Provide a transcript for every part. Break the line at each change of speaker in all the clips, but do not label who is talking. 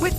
With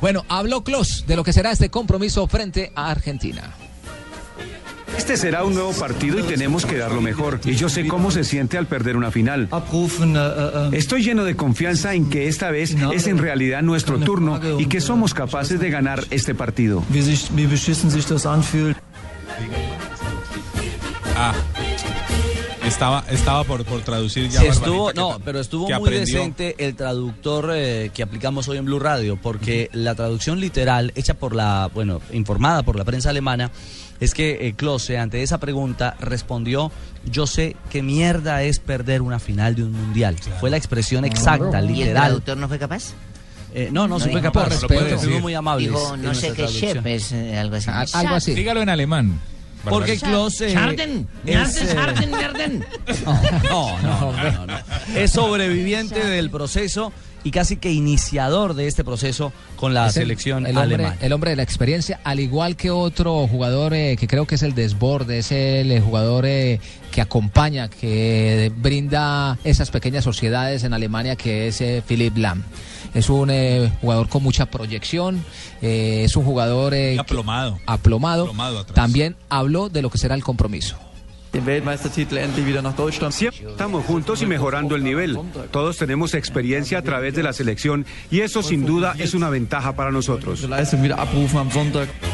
Bueno, habló Klos de lo que será este compromiso frente a Argentina.
Este será un nuevo partido y tenemos que dar lo mejor. Y yo sé cómo se siente al perder una final.
abrufen. Äh, äh,
Estoy lleno de confianza en que esta vez es en realidad nuestro turno y que somos capaces de ganar este partido.
wie, sich, wie beschissen sich das anfühlt.
Estaba, estaba por, por traducir ya.
Sí,
Barbarita,
estuvo,
que
no,
ta-
pero estuvo
que
muy
aprendió.
decente el traductor eh, que aplicamos hoy en Blue Radio, porque la traducción literal hecha por la, bueno, informada por la prensa alemana, es que eh, Klose ante esa pregunta respondió, yo sé qué mierda es perder una final de un mundial. Fue la expresión exacta,
¿Y el
literal.
traductor no fue capaz?
Eh, no, no, se fue
dijo,
capaz,
por respeto.
estuvo muy amable.
Dijo, no sé qué chef es, eh, algo así.
A- Ah, algo así.
Dígalo en alemán.
Porque
Barbarita.
Klose...
Harden, Merden, Harden, Merden.
No, Oh, no, no, no. Es sobreviviente del proceso y casi que iniciador de este proceso con la
Es el-
selección
el hombre,
alemana.
el hombre de la experiencia, al igual que otro jugador eh, que creo que es el desborde, es el eh, jugador eh, que acompaña, que brinda esas pequeñas sociedades en Alemania, que es eh, Philipp Lahm. Es un eh, jugador con mucha proyección, eh, es un jugador eh,
Y
que-
aplomado.
aplomado.
Aplomado atrás.
También habló de lo que será el compromiso.
Den Weltmeistertitel endlich wieder nach Deutschland.
Siempre estamos juntos y mejorando el nivel. Todos tenemos experiencia a través de la selección y eso sin duda es una ventaja para nosotros.
Leistung wieder abrufen am Sonntag.